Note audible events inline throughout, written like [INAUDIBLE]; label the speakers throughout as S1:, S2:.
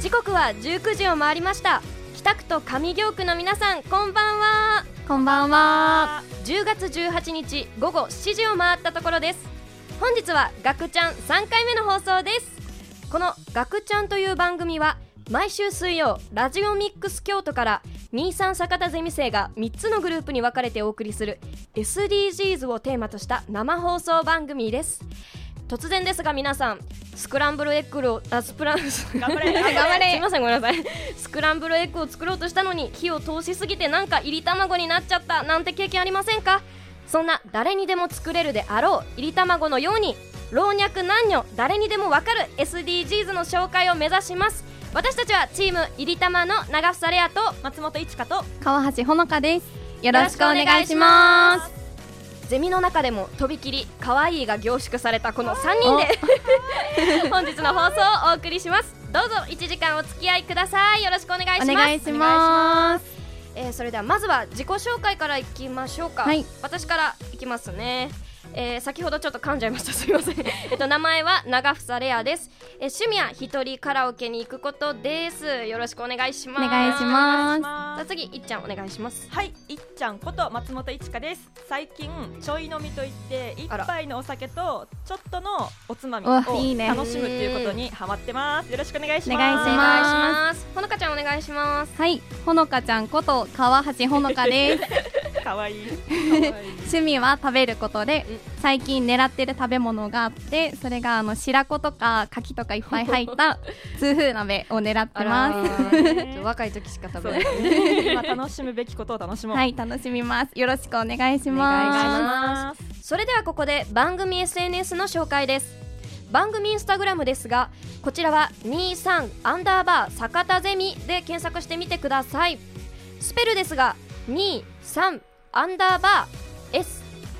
S1: 時刻は19時を回りました北区と上京区の皆さんこんばんは
S2: こんばんは
S1: 10月18日午後7時を回ったところです本日は「がくちゃん」3回目の放送ですこの「がくちゃん」という番組は毎週水曜ラジオミックス京都から23坂田ゼミ生が3つのグループに分かれてお送りする SDGs をテーマとした生放送番組です突然ですが皆さんスクランブルエッグをあスプランす
S3: 頑張れ頑張
S1: いませんごめんなさいスクランブルエッグを作ろうとしたのに火を通しすぎてなんかいり卵になっちゃったなんて経験ありませんかそんな誰にでも作れるであろういり卵のように老若男女誰にでもわかる SDGs の紹介を目指します私たちはチームいりたまの長房レアと
S3: 松本一花と
S2: 川橋ほのかですよろしくお願いします
S1: ゼミの中でもとびきり可愛いが凝縮されたこの3人で [LAUGHS] 本日の放送をお送りしますどうぞ1時間お付き合いくださいよろしくお願いします
S2: お願いします
S1: えーそれではまずは自己紹介からいきましょうか、
S2: はい
S1: 私からいきますねえー先ほどちょっと噛んじゃいました [LAUGHS] すみませんえっと名前は長房レアです、えー趣味は一人カラオケに行くことですよろしくお願いします
S2: お願いします
S1: さあ次いっちゃんお願いします
S3: はい、いっちゃんこと松本一花です。最近ちょい飲みといって一
S1: あら
S3: 杯のお酒とちょっとのおつまみを
S2: うわ
S3: 楽
S2: いいね
S3: しむということにハマってます。よろしくお願いします。
S2: お願いします
S1: すほのかちゃんお願いします
S2: はいほのかちゃんこと川橋ほのかです
S3: 可愛いい。
S2: 趣味は食べることで
S1: うん
S2: 最近狙ってる食べ物があってそれがあの白子とか牡蠣とかいっぱい入った痛風鍋を狙ってま
S1: ー若い時しか食
S3: そ
S1: べ
S3: う
S1: ない
S2: [LAUGHS]
S3: ですね。今楽しむべきことを楽しも
S2: す
S3: う。
S2: はい楽しみますよろしくお願いし
S3: お願い
S2: ま
S3: し
S2: す
S3: ます。
S1: それではここで番組 SNS の紹介です番組インスタグラムですがこちらは23アンダーバー坂田ゼミで検索してみてくださいスペルですが23アンダーバ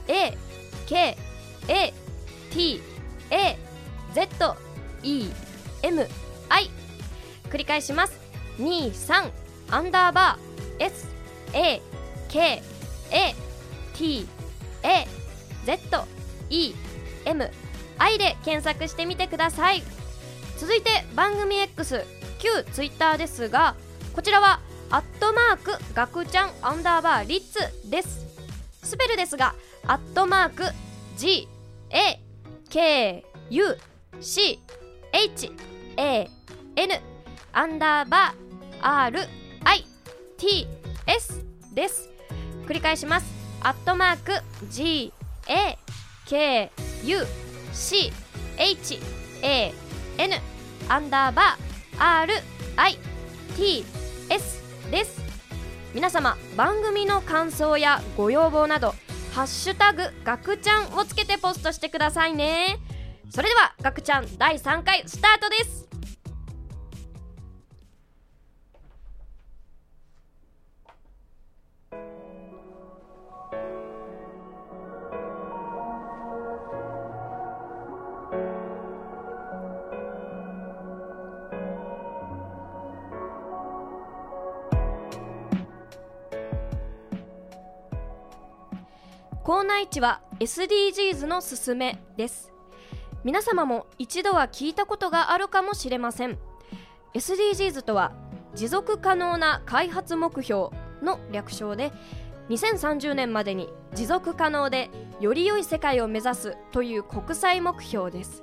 S1: ー SAKATAZEMI 繰り返します23アンダーバー SAKATAZEMI ZEMI で検索してみてください続いて番組 X 旧 Twitter ですがこちらはアットマークガクちゃんアンダーバーリッツですスペルですがアットマーク GAKUCHAN アンダーバー RITS です繰り返しますアットマーク G A K U C H A N アンダーバー R I T S です皆様番組の感想やご要望などハッシュタグガクちゃんをつけてポストしてくださいねそれではガクちゃん第3回スタートです校内地は SDGs のすすめです皆様も一度は聞いたことがあるかもしれません SDGs とは持続可能な開発目標の略称で2030年までに持続可能でより良い世界を目指すという国際目標です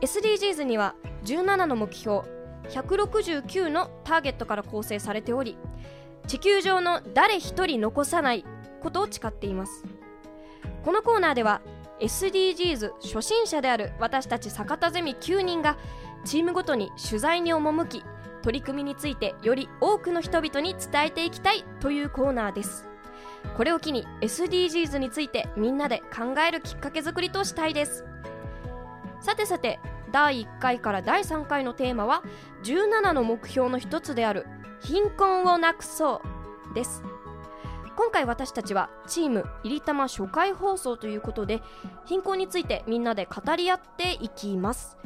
S1: SDGs には17の目標169のターゲットから構成されており地球上の誰一人残さないことを誓っていますこのコーナーでは SDGs 初心者である私たち坂田ゼミ9人がチームごとに取材に赴き取り組みについてより多くの人々に伝えていきたいというコーナーですこれを機に SDGs についてみんなで考えるきっかけ作りとしたいですさてさて第1回から第3回のテーマは17の目標の一つである貧困をなくそうです今回私たちはチームいりたま初回放送ということで貧困についてみんなで語り合っていきます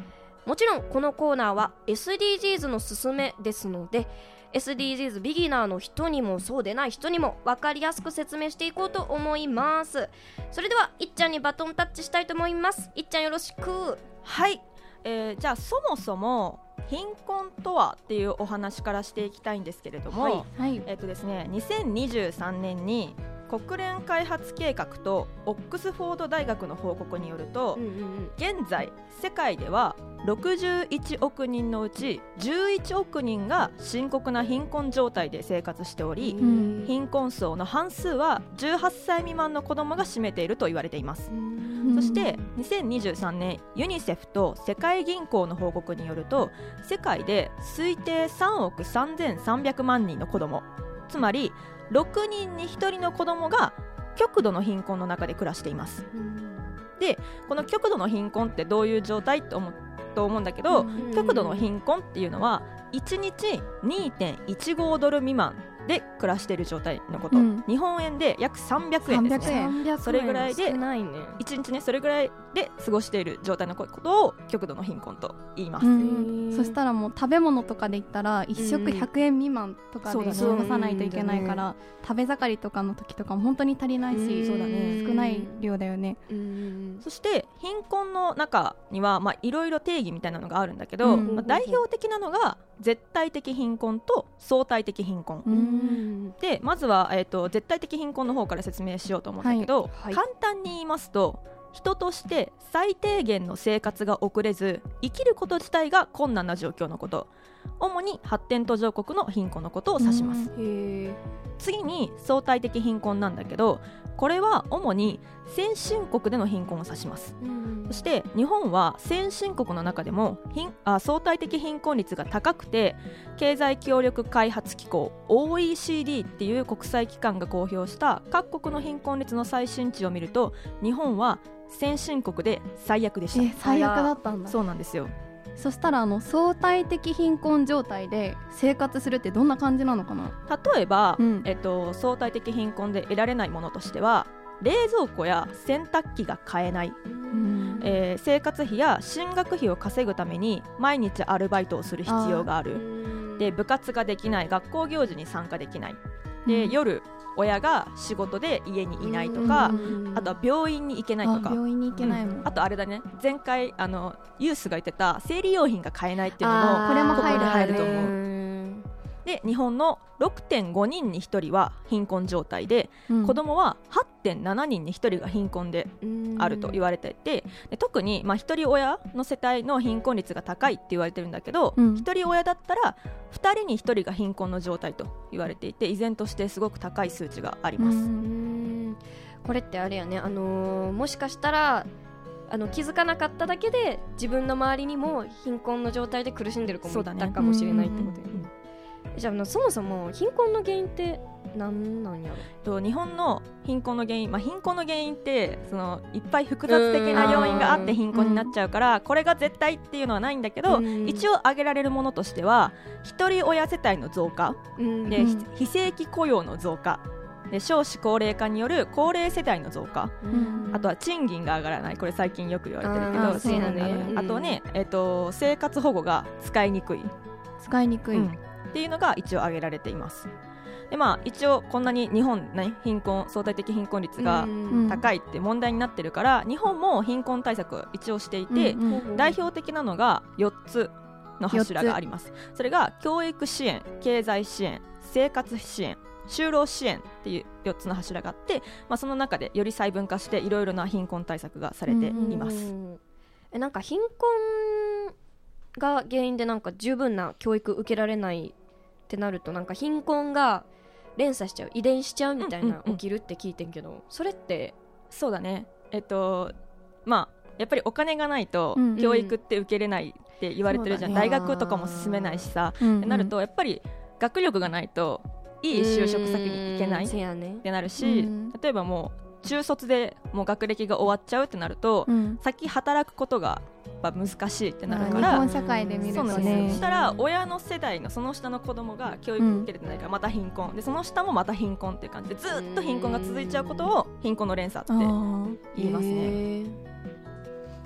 S1: もちろんこのコーナーは SDGs のすすめですので SDGs ビギナーの人にもそうでない人にも分かりやすく説明していこうと思いますそれではいっちゃんにバトンタッチしたいと思いますいっちゃんよろしく
S3: はい。えーじゃあそもそも貧困とはっていうお話からしていきたいんですけれども、
S1: はい
S2: はい
S3: えっとですね、2023年に国連開発計画とオックスフォード大学の報告によると、
S1: うんうん
S3: 現在世界では61億人のうち11億人が深刻な貧困状態で生活しており、
S1: うん
S3: 貧困層の半数は18歳未満の子どもが占めていると言われています
S1: う。ん
S2: うん
S3: そして2023年ユニセフと世界銀行の報告によると世界で推定3億3300万人の子供つまり6人に1人の子供が極度の貧困の中で暮らしていますこの極度の貧困ってどういう状態と思うと思うんだけど、
S1: うん
S3: 極度の貧困っていうのは1日2.15ドル未満で暮らしている状態のこと、
S2: うん
S3: 日本円で約300円です
S2: 300
S3: ね
S2: 円
S1: 300
S3: それぐらいで
S1: 少ないね
S3: 一日ねそれぐらいで過ごしている状態のことを極度の貧困と言います、
S2: うん
S1: へー
S2: そしたらもう食べ物とかで言ったら一食100円未満とか
S3: そう
S2: で
S3: だね
S2: 過ごさないといけないから、食べ盛りとかの時とかも本当に足りないし、
S1: うん
S3: そうだね
S2: 少ない量だよね。
S1: うん
S3: そして貧困の中にはまあいろいろ定義みたいなのがあるんだけど、
S2: うん
S3: まあ、代表的なのが絶対的貧困と相対的貧困、
S2: う
S1: うんん
S3: でまずは、えー、と絶対的貧困の方から説明しようと思うんだけど、
S1: はい
S3: 簡単に言いますと人として最低限の生活が送れず生きること自体が困難な状況のこと主に発展途上国の貧困のことを指します、
S2: う
S1: へ
S2: ん
S1: え
S3: 次に相対的貧困なんだけどこれは主に先進国での貧困を指しますそして日本は先進国の中でも貧あ相対的貧困率が高くて経済協力開発機構 OECD っていう国際機関が公表した各国の貧困率の最新値を見ると日本は先進国で最悪でし
S2: え
S3: た
S2: 最悪だったんだそ
S3: そうなんですよ
S2: したらあの相対的貧困状態で生活するってどんな感じなのかな
S3: 例えば、
S2: うん
S3: えっと、相対的貧困で得られないものとしては冷蔵庫や洗濯機が買えない
S2: ん
S3: えー生活費や進学費を稼ぐために毎日アルバイトをする必要があるで部活ができない学校行事に参加できないで、夜親が仕事で家にいないとか、
S2: うん
S3: あとは病院に行けないと
S2: あ
S3: か。
S2: 病院に行けないもん、
S3: あとあれだね前回あのユースが言ってた生理用品が買えないっていうの
S1: あー
S3: も
S2: これも入る
S3: ここに入ると思う、
S1: 思う
S3: で日本の6.5人に1人は貧困状態で、
S2: うん
S3: 子供は8.7人に1人が貧困であると言
S1: わ
S3: われていて、で特に、まあ、一人親の世帯の貧困率が高いって言われてるんだけど、
S2: うん
S3: 一人親だったら2人に1人が貧困の状態と言われていて依然としてすごく高い数値があり
S2: う
S3: ます。
S1: うんんこれってあれやね、あのーもしかしたらあの気づかなかっただけで自分の周りにも貧困の状態で苦しんでる子も
S3: そう
S1: い
S3: だね
S1: たかもしれないってことよ
S3: うんうんうん
S1: ね。じゃああのそもそも貧困の原因ってなんなんやろ
S3: と日本の貧困の原因、まあ、貧困の原因ってそのいっぱい複雑的な要因があっ
S1: う
S3: て
S1: ん
S3: 貧困になっちゃうから、これが絶対っていうのはないんだけど、
S1: うん
S3: 一応挙げられるものとしては一人親世帯の増加
S1: うん
S3: で、
S2: うん
S3: 非正規雇用の増加で少子高齢化による高齢世帯の増加、
S2: ん
S3: あとは賃金が上がらないこれ最近よく言われてるけ
S1: あ
S3: ど
S1: ー
S3: 賃金が上がら
S2: そうだ
S3: な
S2: ね
S3: いあとね、えっと生活保護が使いにくい、
S2: 使いにくい、
S3: うんっていうのが一応挙げられていますでまあ一応こんなに日本ね貧困相対的貧困率が
S1: うん
S3: 高いって問題になってるから、日本も貧困対策を一応していて、
S2: うんうん
S3: 代表的なのが4つの柱がありますそれが教育支援経済支援生活支援就労支援っていう4つの柱があって、まあ、その中でより細分化していろいろな貧困対策がされています、
S1: うんえなんか貧困が原因でなんか十分な教育受けられないってなるとなんか貧困が連鎖しちゃう遺伝しちゃうみたい
S3: うん
S1: な
S3: うんうん
S1: 起きるって聞いてんけど、それって
S3: そうだねえっとまあやっぱりお金がないと
S2: うん
S3: 教育って受けれないって言われてるじゃ
S2: そ
S3: ん、
S2: うだ
S3: 大
S2: ね
S3: 学とかも進めないしさ、
S2: うん
S3: ってなるとやっぱり学力がないといい就職先に行けない
S1: うん
S3: っ
S1: せやね
S3: てなるし、
S2: うん
S3: 例えばもう中卒でもう学歴が終わっちゃうってなると、
S2: うん
S3: 先働くことがやっぱ難しいってなるか
S2: まあ
S3: ら
S2: 日本社会で見る
S3: そ
S2: と
S3: うなん
S2: ね
S3: ですよそしたら親の世代のその下の子供が教育を受けれてないからまた貧困でその下もまた貧困っていう感じでずっと貧困が続いちゃうことを貧困の連鎖
S2: あ
S3: って
S2: ー
S3: 言いますね。
S1: ね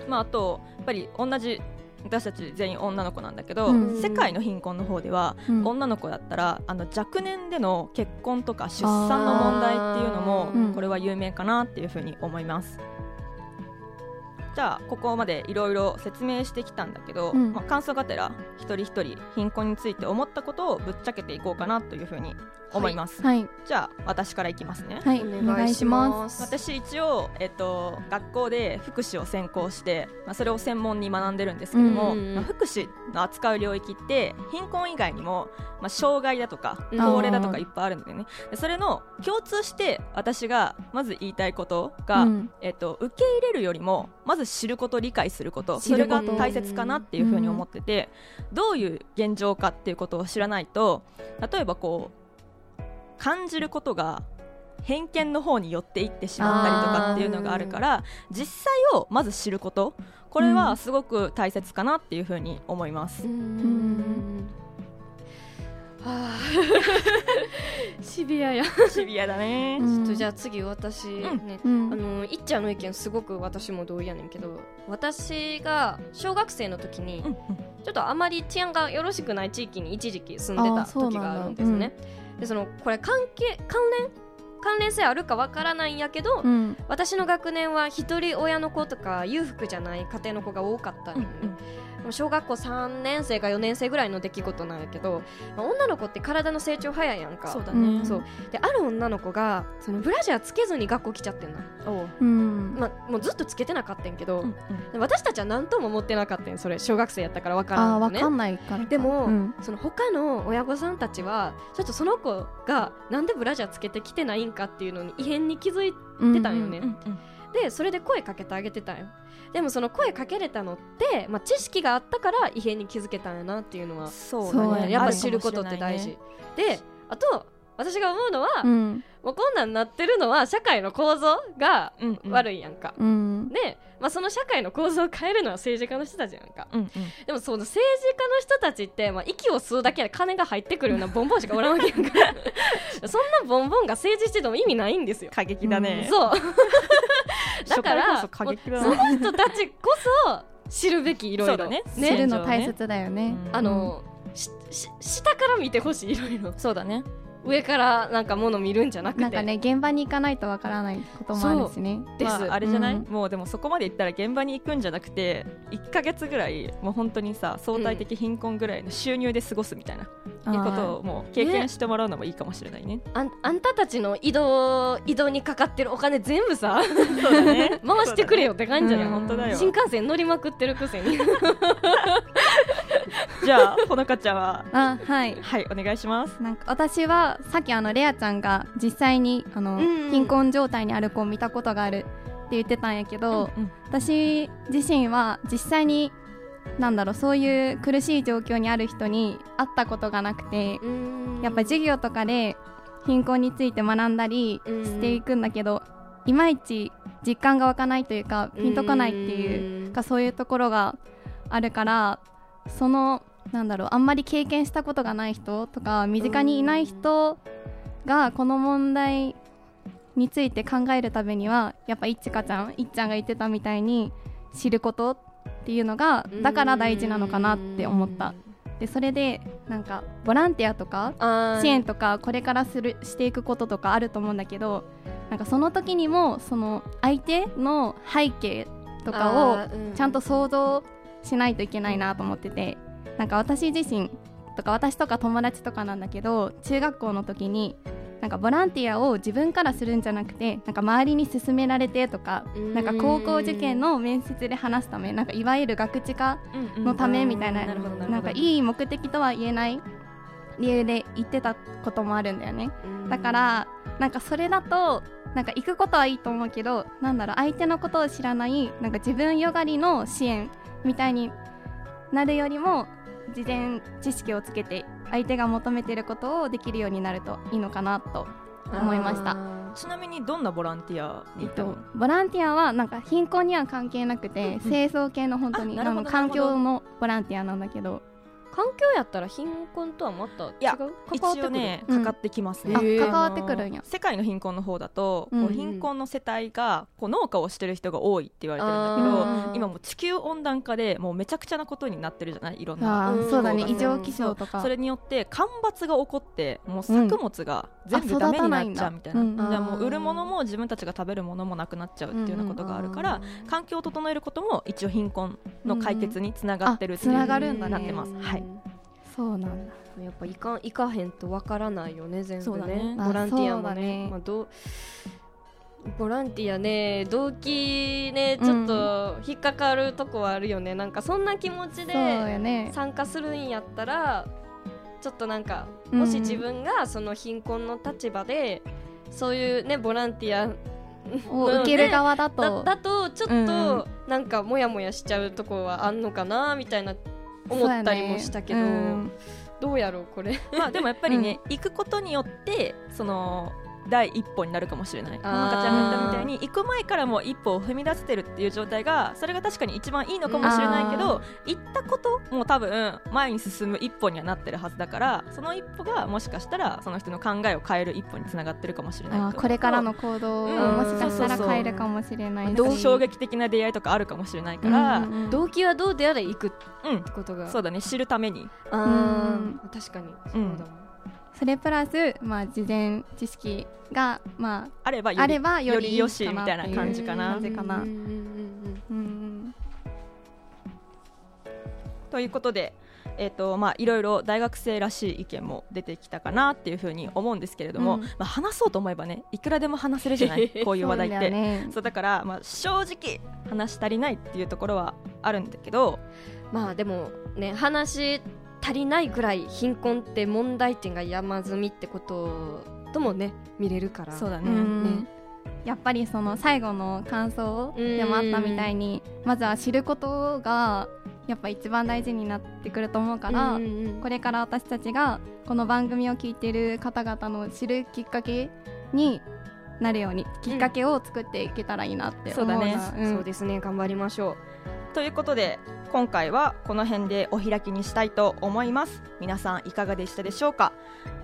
S3: まあ、あとやっぱり同じ私たち全員女の子なんだけど、
S2: うん
S3: 世界の貧困の方では、
S2: うん
S3: 女の子だったらあの若年での結婚とか出産の問題っていうの
S1: あー
S2: うん
S3: もこれは有名かなっていうふうに思います。じゃあここまでいろいろ説明してきたんだけど、
S2: うん
S3: まあ、感想がてら一人一人貧困について思ったことをぶっちゃけていこうかなというふうに思います、
S2: はい、
S3: じゃあ私からいきますね、
S2: はい、お願いします
S3: 私一応、えっと、学校で福祉を専攻して、まあ、それを専門に学んでるんですけど
S1: う
S3: も、
S1: んうんうん
S3: まあ福祉の扱う領域って貧困以外にも、まあ、障害だとか
S1: うん
S3: 高齢だとかいっぱいあるんだよねでそれの共通して私がまず言いたいことが、
S2: うん
S3: えっと、受け入れるよりもまず知ること理解すること
S2: 知
S3: そ
S2: る
S3: れ
S2: こと
S3: が大切かなっていうふうに思ってて、どういう現状かっていうことを知らないと例えばこう感じることが偏見の方に寄っていってしまったりとかっていうのがあるから実際をまず知ることこれはすごく大切かなっていうふうに思います。
S1: うんはあシビアやち
S3: シビアだね、
S2: うん
S1: ょっとじゃあ次私ね、
S2: うん
S1: あのいっちゃんの意見すごく私も同意やねんけど私が小学生の時に
S3: うん
S1: ちょっとあまり治安がよろしくない地域に一時期住んで
S2: あー
S1: た
S2: そうなん
S1: 時
S2: だ
S1: があるんですねでそのこれ関係関連関連性あるかわからないんやけど、
S2: うん
S1: 私の学年は一人親の子とか裕福じゃない家庭の子が多かったの
S3: うん
S1: ね、もう小学校3年生か4年生ぐらいの出来事なんやけど、まあ女の子って体の成長早いやんか
S3: そうだ
S2: う
S3: ね、
S2: ん
S1: そうである女の子がそのブラジャーつけずに学校来ちゃってんの、
S3: おう
S2: うん、
S1: まあ、もうずっとつけてなかったんけど、
S3: うん
S1: で私たちは何とも思ってなかったんそれ小学生やったから分から
S2: あー
S1: んの
S2: わ
S1: ね
S2: かんないからか
S1: でも
S2: うん
S1: その他の親御さんたちはちょっとその子がなんでブラジャーつけてきてないんかっていうのに異変に気づい出たんよね
S3: うんうんうん
S1: でそれで声かけてあげてたんよでもその声かけれたのって、まあ、知識があったから異変に気づけたんやなっていうのは
S3: そう
S2: そ
S3: だ
S2: う
S3: ね
S2: ね
S1: やっぱ
S2: あるかもし
S1: 知ることって大事、であと私が思うのは、
S2: う
S1: も
S2: ん
S1: うこんなんなってるのは社会の構造が
S3: うんうん、
S1: 悪
S3: い、
S1: いやんか、
S2: うん
S1: で、まあ、その社会の構造を変えるのは政治家の人たちやんか
S3: うんうん、
S1: でもその政治家の人たちって、まあ、息を吸うだけで金が入ってくるようなボンボンしかおらんわけやんか [LAUGHS] そんなボンボンが政治してても意味ないんですよ
S3: 過激だね、
S1: そうだ
S3: [LAUGHS] 初
S1: か
S3: 回
S1: ら
S3: こそ過激だ
S1: もうその人たちこそ知るべきいろ
S3: そ
S1: いう
S3: だ
S1: ろ
S3: ね
S2: 知るの大
S3: ね
S2: 切だよね
S3: うん
S1: あの、しし下から見てほしいいろいろ
S3: そうだね
S1: 上からなんかもの見るんじゃなくて
S2: なんかね現場に行かないとわからないこともあるしね
S1: です、
S3: まあ、あれじゃない、
S2: うん
S3: もうでもそこまで行ったら現場に行くんじゃなくて1か月ぐらいもう本当にさ相対的貧困ぐらいの収入で過ごすみたいな、
S2: あ
S3: いう
S2: ー
S3: ことをもう経験してもらうのもいいかもしれないね。
S1: あんあんたたちの移動移動にかかってるお金全部さ
S3: そうだ [LAUGHS] ね
S1: 回してくれよって感じ
S3: い
S1: じゃ
S3: や
S1: ない、
S2: うん
S3: 本当だよ
S1: 新幹線乗りまくってるくせに
S3: じゃあほのかちゃんは
S2: あはい
S3: はいお願いします。
S2: なんか私はさっきあのレアちゃんが実際にあの、
S1: うんうん
S2: 貧困状態にある子を見たことがあるって言ってたんやけど、
S3: うん
S2: 私自身は実際になんだろうそういう苦しい状況にある人に会ったことがなくて、 [LAUGHS] やっぱ授業とかで貧困について学んだりしていくんだけど、いまいち実感が湧かないというかピンとこないっていう
S1: う
S2: かそういうところがあるからそのなんだろうあんまり経験したことがない人とか身近にいない人がこの問題について考えるためにはやっぱいちかちゃんいっちゃんが言ってたみたいに知ることっていうのがだから大事なのかなって思ったでそれでなんかボランティアとか支援とかこれからするしていくこととかあると思うんだけどなんかその時にもその相手の背景
S1: と
S2: とかをちゃんと想像しないといけないなと思っててなんか私自身とか私とか友達とかなんだけど中学校の時になんかボランティアを自分からするんじゃなくてなんか周りに勧められてとか
S1: うん
S2: なんか高校受験の面接で話すためなんかいわゆる学知化
S3: うんうん
S2: のためみたいな
S1: うんなるほどなるほど
S2: なんかいい目的とは言えない理由で言ってたこともあるんだよね。だからなんかそれだとなんか行くことはいいと思うけどなんだろう相手のことを知らないなんか自分よがりの支援みたいになるよりも事前知識をつけて相手が求めてることをできるようになるといいのかなと思いました
S3: ちなみにどんなボランティア
S2: え
S3: に
S2: っ
S3: 行ったの
S2: と、ボランティアはなんか貧困には関係なくて、
S3: うんうん
S2: 清掃系の本当に
S3: あ
S2: あ
S3: なる
S2: の
S3: ほどな
S2: 環
S3: るほど
S2: 境のボランティアなんだけど
S1: 環境やったら貧困とはまた違う
S3: いや
S1: 関わって
S3: 一
S1: く
S3: 応
S1: る、
S3: ね
S2: うん
S3: かかってきますね、
S1: あへえ
S2: 関わってくるんや
S3: 世界の貧困の方だと、
S2: うん
S3: こう貧困の世帯がこう農家をしてる人が多いって言われてるんだけど
S1: あー
S3: 今もう地球温暖化でもうめちゃくちゃなことになってるじゃないいろんな
S2: あ
S1: う
S2: ー
S1: ん
S2: そうだね
S1: そうだね
S2: 異常気象とか
S3: それによって干ばつが起こってもう作物が全部
S2: あ
S3: ダ
S2: 育
S3: メ
S2: た
S3: に
S2: な
S3: ない
S2: ん
S3: っち
S2: だ
S3: ゃうみたいな、
S2: うん
S3: でもう売るものも自分たちが食べるものもなくなっちゃうっていうようなことがあるから、環境を整えることも一応貧困の解決につながってるっていう
S2: うんうんあ繋がるんだね
S3: なってます、はい
S2: そうなんだ
S1: やっぱいかん行かへんとわからないよね全
S3: そ
S1: 部
S3: うだ
S1: ね
S3: ね
S1: ボランティアも
S2: あそうだ
S1: ね
S2: ね
S1: まあ、どうボランティアね動機ねちょっと引っかかるとこはあるよね、なんかそんな気持ち
S2: そう
S1: で
S2: やね
S1: 参加するんやったらちょっとなんか
S2: うん
S1: もし自分がその貧困の立場でそういうねボランティア
S2: を受ける側だ
S1: だ
S2: と
S1: だとちょっ
S3: うん
S1: となんかモヤモヤしちゃうとこはあんのかなみたいな思ったりもしたけど、
S2: そうやね
S1: どうやろうこ
S2: [LAUGHS]
S1: れ
S3: [LAUGHS] まあでもやっぱりね、行くことによってその第一歩になるかもしれない
S1: あ
S3: 赤
S1: ー
S3: ちゃんが言ったみたいに行く前からもう一歩を踏み出せてるっていう状態がそれが確かに一番いいのかもしれないけど行ったことも多分前に進む一歩にはなってるはずだからその一歩がもしかしたらその人の考えを変える一歩につながってるかもしれない
S2: あー
S3: と
S2: これからの行動を
S3: うん
S2: もしかした
S3: そ
S2: ら
S3: うそうそう
S2: 変えるかもしれないし
S3: どう衝撃的な出会いとかあるかもしれないから、
S2: うんうんうん
S1: 動機はどうであれ行くって
S3: うん
S1: ことが
S3: そうだね知るために
S1: あ
S2: うん
S1: ー確かにそうだもん、
S2: それプラス、まあ、事前知識が、ま
S3: あれば
S2: あ、
S3: よ
S2: あれ
S3: り
S2: ばより
S3: より良しみたいな感じ
S1: うん
S3: かな
S2: 感じかな
S1: うんうんうん
S2: うん
S3: ということで、えーとまあ、いろいろ大学生らしい意見も出てきたかなっていうふうに思うんですけれど
S2: う
S3: も、
S2: ん
S3: まあ、話そうと思えばねいくらでも話せるじゃない
S2: [LAUGHS]
S3: こういう話題って。
S2: そうだよね
S3: そうだから、まあ、正直話し足りないっていうところはあるんだけど
S1: うんまあでもね話足りないぐらい貧困って問題点が山積みってことともね見れるから
S3: そうだ
S2: う
S3: ね、
S2: ん
S1: ね
S2: やっぱりその最後の感想でもあったみたいにまずは知ることがやっぱ一番大事になってくると思うから、
S1: うんうんうん
S2: これから私たちがこの番組を聞いてる方々の知るきっかけになるようにきっかけを作っていけたらいいなって思うな、
S3: そうだね
S2: ん
S1: そうですね頑張りましょう
S3: ということで今回はこの辺でお開きにしたいと思います皆さんいかがでしたでしょうか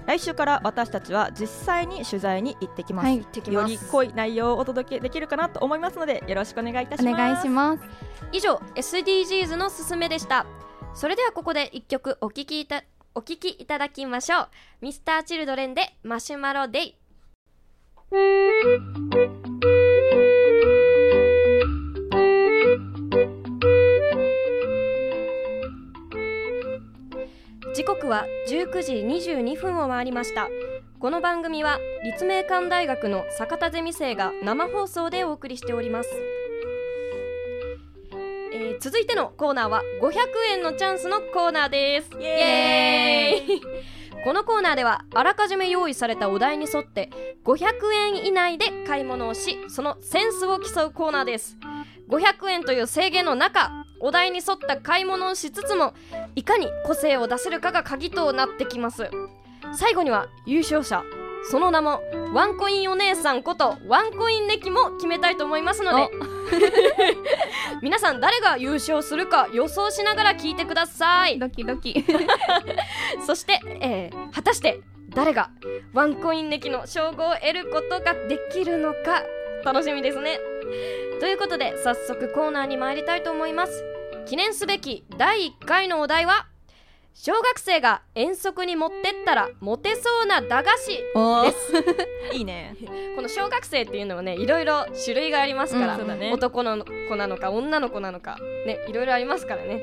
S3: 来週から私たちは実際に取材に行ってきます、
S2: はい
S1: 行ってき
S3: よ
S1: ます
S3: り濃い内容をお届けできるかなと思いますのでよろしくお願いいたします
S2: お願いします
S1: 以上 SDGs のすすめでしたそれではここで一曲お聴きいたお聞きいただきましょう Mr.Children でマシュマロデイ時刻は19時22分を回りましたこの番組は立命館大学の坂田ゼミ生が生放送でお送りしておりますえー続いてのコーナーは500円のチャンスのコーナーです
S3: イエ
S1: イエーイ [LAUGHS] このコーナーではあらかじめ用意されたお題に沿って500円以内で買い物をしそのセンスを競うコーナーです500円という制限の中お題に沿った買い物をしつつもいかに個性を出せるかが鍵となってきます最後には優勝者その名もワンコインお姉さんことワンコイン歴も決めたいと思いますので [LAUGHS] 皆さん誰が優勝するか予想しながら聞いてください
S2: ドキドキ
S1: そして、えー果たして誰がワンコイン歴の称号を得ることができるのか楽しみですねということで早速コーナーに参りたいと思います記念すべき第1回のお題は小学生が遠足に持ってったらモテそうな駄菓子
S2: お
S3: いいね
S1: この小学生っていうのはねいろいろ種類がありますから、
S2: うん
S3: そうだね
S1: 男の子なのか女の子なのかねいろいろありますからね、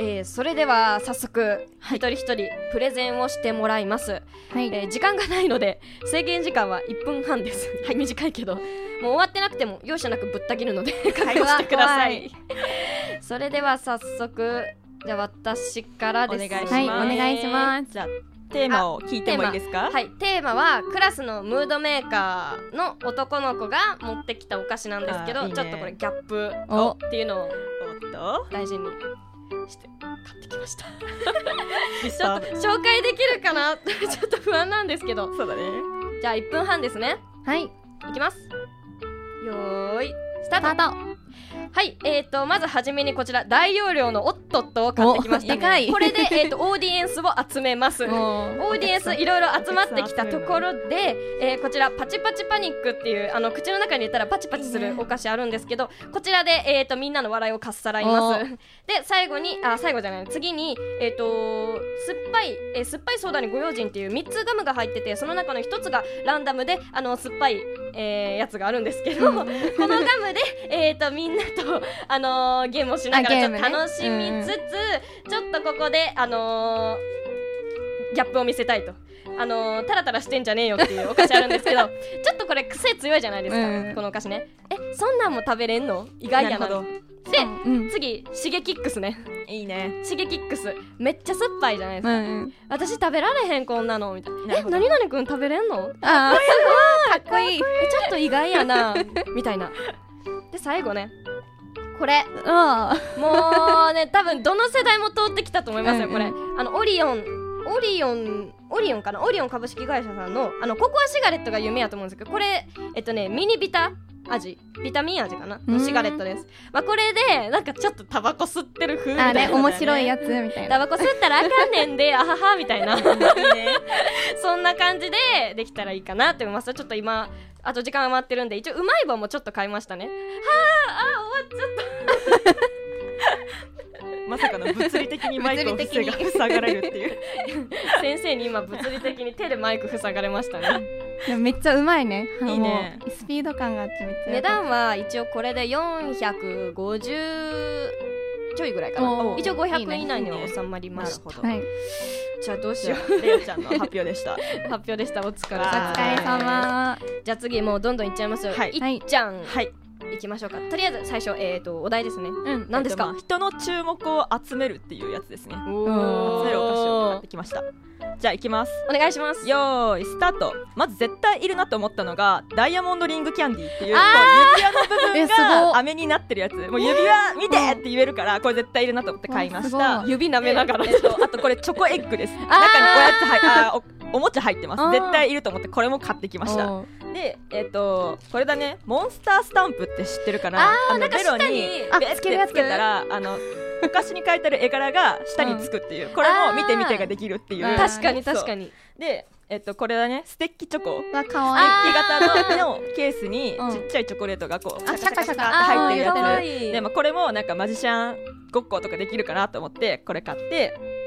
S1: えーそれでは早速一人一人プレゼンをしてもらいます、
S2: はい、
S1: えー時間がないので制限時間は1分半です、はい、短いけどもう終わってなくても容赦なくぶった切るので覚悟してくださいそれでは早速じゃあ私からです
S3: お願いします
S2: はいお願いします
S3: じゃあテーマを聞いてもいいですか
S1: はい、テーマはクラスのムードメーカーの男の子が持ってきたお菓子なんですけど
S3: あーいいね
S1: ちょっとこれギャップ
S2: お
S1: っていうのを
S3: おっと
S1: 大事にして買ってきま
S3: [LAUGHS]
S1: した
S3: リス
S1: ちょっと紹介できるかなちょっと不安なんですけど
S3: そうだね
S1: じゃあ1分半ですね
S2: はい
S1: いきますよーいスター
S2: ス
S1: ト
S2: タート
S3: ね
S1: はい、えっ、と、まずはじめにこちら、大容量のおっとっとを買ってきました。
S2: おでかい
S1: これで、えっ、と、オーディエンスを集めます。オーディエンスいろいろ集まってきたところで、えーこちらパチパチパニックっていうあの口の中に入れたらパチパチするお菓子あるんですけどこちらで、えー、とみんなの笑いをかっさらいます
S2: お
S1: で最後にあ最後じゃない次に、えー、と酸っぱい、えー酸っぱいソーダにご用心っていう3つガムが入っててその中の1つがランダムであの酸っぱい、えーやつがあるんですけど、このガムで、えー、とみんなと、あのーゲームをしなが
S2: あ
S1: らち
S2: ゲー
S1: ょっ
S2: ムね
S1: と楽しみつつ、ちょっとここで、あのーギャップを見せたいと。あのー、タラタラしてんじゃねえよっていうお菓子あるんですけどちょっとこれ癖強いじゃないですか、
S2: うん
S1: このお菓子ねえそんなんも食べれんの意外やな
S3: なるほ
S1: で
S2: うん
S1: 次シゲキックスね
S3: いい
S1: [LAUGHS]
S3: ね
S1: シゲキックスめっちゃ酸っぱいじゃないです
S2: う
S1: か、
S2: ん
S1: 私食べられへんこんなのみたいな
S3: なる
S1: え
S3: ほど
S1: 何々くん食べれんの
S2: あーかっこいい
S1: えちょっと意外やなみたいなで最後ねこれ
S2: あ
S1: もうね多分どの世代も通ってきたと思いますよ
S2: うん
S1: これ、あのオリオンオリオンオリオンかなオリオン株式会社さんのあのココアシガレットが有名やと思うんですけどこれえっとねミニビタ味ビタミン味かなのシガレットです、まあ、これでなんかちょっとタバコ吸ってる風み
S2: ー
S1: た
S2: あ
S1: いな
S2: ね面白いやつみたい
S1: タ
S2: な
S1: バコ吸ったらあかんねんであははみたいな [LAUGHS] そんな感じでできたらいいかなって思いますちょっと今あと時間余ってるんで一応うまい棒もちょっと買いましたねはああ終わっちゃった
S3: まさかの物理的にマイクを防
S2: 物理
S3: が
S2: 的に
S3: 塞がれるっていう
S1: 先生に今物理的に手でマイク塞がれましたね
S2: でもめっちゃうまいね
S3: いいね
S2: もうスピード感があってめっちゃ
S1: 値段は一応これで450ちょいぐらいかな
S2: おー
S1: 一応
S2: いい
S1: 500
S2: ね
S1: 以内には収まりました
S3: なるほ
S2: はい
S1: じゃあどうし
S3: じ
S1: よ
S3: ゃ
S1: う
S3: あレオちゃんの発表でした
S1: 発表でしたお疲れ
S3: お
S2: お
S1: 様
S2: 疲れ様
S1: じゃあ次もうどんどんいっちゃいますよ、、
S3: はいい
S1: っちゃん、
S3: はい
S1: い、きましょうかとりあえず最初えっ、とお題ですね
S2: うん
S1: 何ですか
S3: えっとまあ人の注目を集めるっていうやつですね
S1: お
S2: ー
S3: 集めるお菓子を買ってきましたじゃあ行きます
S1: お願いします
S3: よーいスタートまず絶対いるなと思ったのがダイヤモンドリングキャンディーっていうこう指輪の部分
S2: えすごっ
S3: が飴になってるやつもう指輪見てって言えるからこれ絶対いるなと思って買いまし
S2: わ
S3: た
S2: すごい
S1: 指舐めながら
S3: でえっと、あとこれチョコエッグです中にお
S1: あー
S3: やつ入あーおおもちゃ入ってま
S2: あー
S3: す絶対いると思ってこれも買ってきました
S2: おー
S3: でえっ、とこれだねモンスタースタンプって知ってるかな
S1: あー
S3: の
S1: なんか
S3: ベロ
S1: 下に
S2: あ
S3: ベッて
S2: つけるやつ
S3: つけたらあのお菓子に書いてある絵柄が下につくっていう、これも見て見てができるっていう
S2: あー
S1: 確かに確かに
S3: で、えっと、これだねステッキチョコ
S2: わかわいい
S1: あー
S3: 木型ののケースに
S2: うん
S3: ちっちゃいチョコレートがこう、
S2: あシャカシャカ
S3: って入ってる
S1: あー可
S3: やつ
S1: 愛い
S3: で、まあ、これもなんかマジシャンごっことかできるかなと思ってこれ買って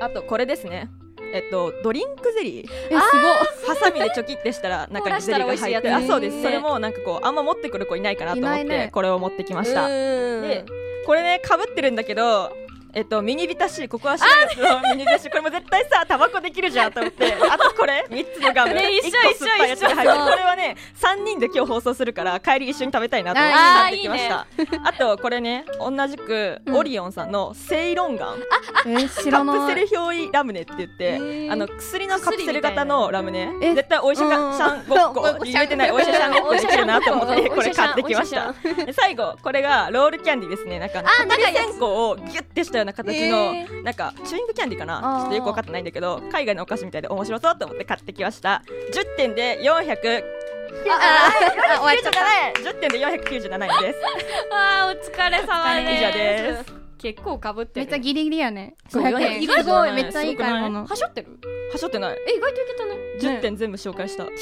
S3: あとこれですねえっとドリンクゼリ
S2: え
S3: ー
S2: すごい
S3: ハサミでチョキってしたら中にゼリーが入
S1: 凍ら
S3: ってる
S1: したら美味しいやつ
S3: あ
S1: ね
S3: そうですそれもなんかこうあんま持ってくる子いないかなと思
S2: い
S3: っ
S2: ないね
S3: てこれを持ってきました
S1: で
S3: でこれねかぶってるんだけどえっと、ミニビタシーココアシロップのミニビタシーこれも絶対さタバコできるじゃんと
S2: [LAUGHS]
S3: 思ってあとこれ3つのガム、
S1: ね一緒
S3: 一個酸っぱいやつが入って
S2: 一緒一緒
S3: るこれはね3人で今日放送するから帰り一緒に食べたいなと思って
S1: あ
S3: 買ってきましたあとこれね同じく
S2: うん
S3: オリオンさんのセイロンガン、
S2: えー知
S3: カ
S2: らない
S3: ップセル表意ラムネって言って
S1: ー
S3: あの薬のカプセル型のラムネ
S2: え
S3: 絶対お医者
S2: うん
S3: さんごっこ
S2: うん
S3: 言えてないお医者さんごっこできるなと思っ
S1: お医者さん
S3: てこれ買ってきました
S1: お医
S3: で最後これがロールキャンディーですねなんかあの
S1: あ
S3: 小鳥
S1: 長いやつ
S3: 線香をギュッてしたような形
S2: え
S3: のなんかチューイングキャンディーか
S2: あ
S3: な
S2: ー
S3: ちょっとよく分かってないんだけど海外のお菓子みたいで面白そうと思って買ってきました10点で400
S2: ああ終わっちゃった
S3: 10点で497円です
S1: あーお疲れ様です
S3: 以上です
S1: 結構かぶって
S2: め
S1: る
S2: っちゃギリギリやね
S3: そう
S2: 500円
S3: 意
S2: す
S3: 外と
S2: ご
S3: ない
S2: いめっちゃいい買い物
S1: はしょってる
S3: はしょってない
S1: え意外といけたね
S3: 10点全部紹介したテ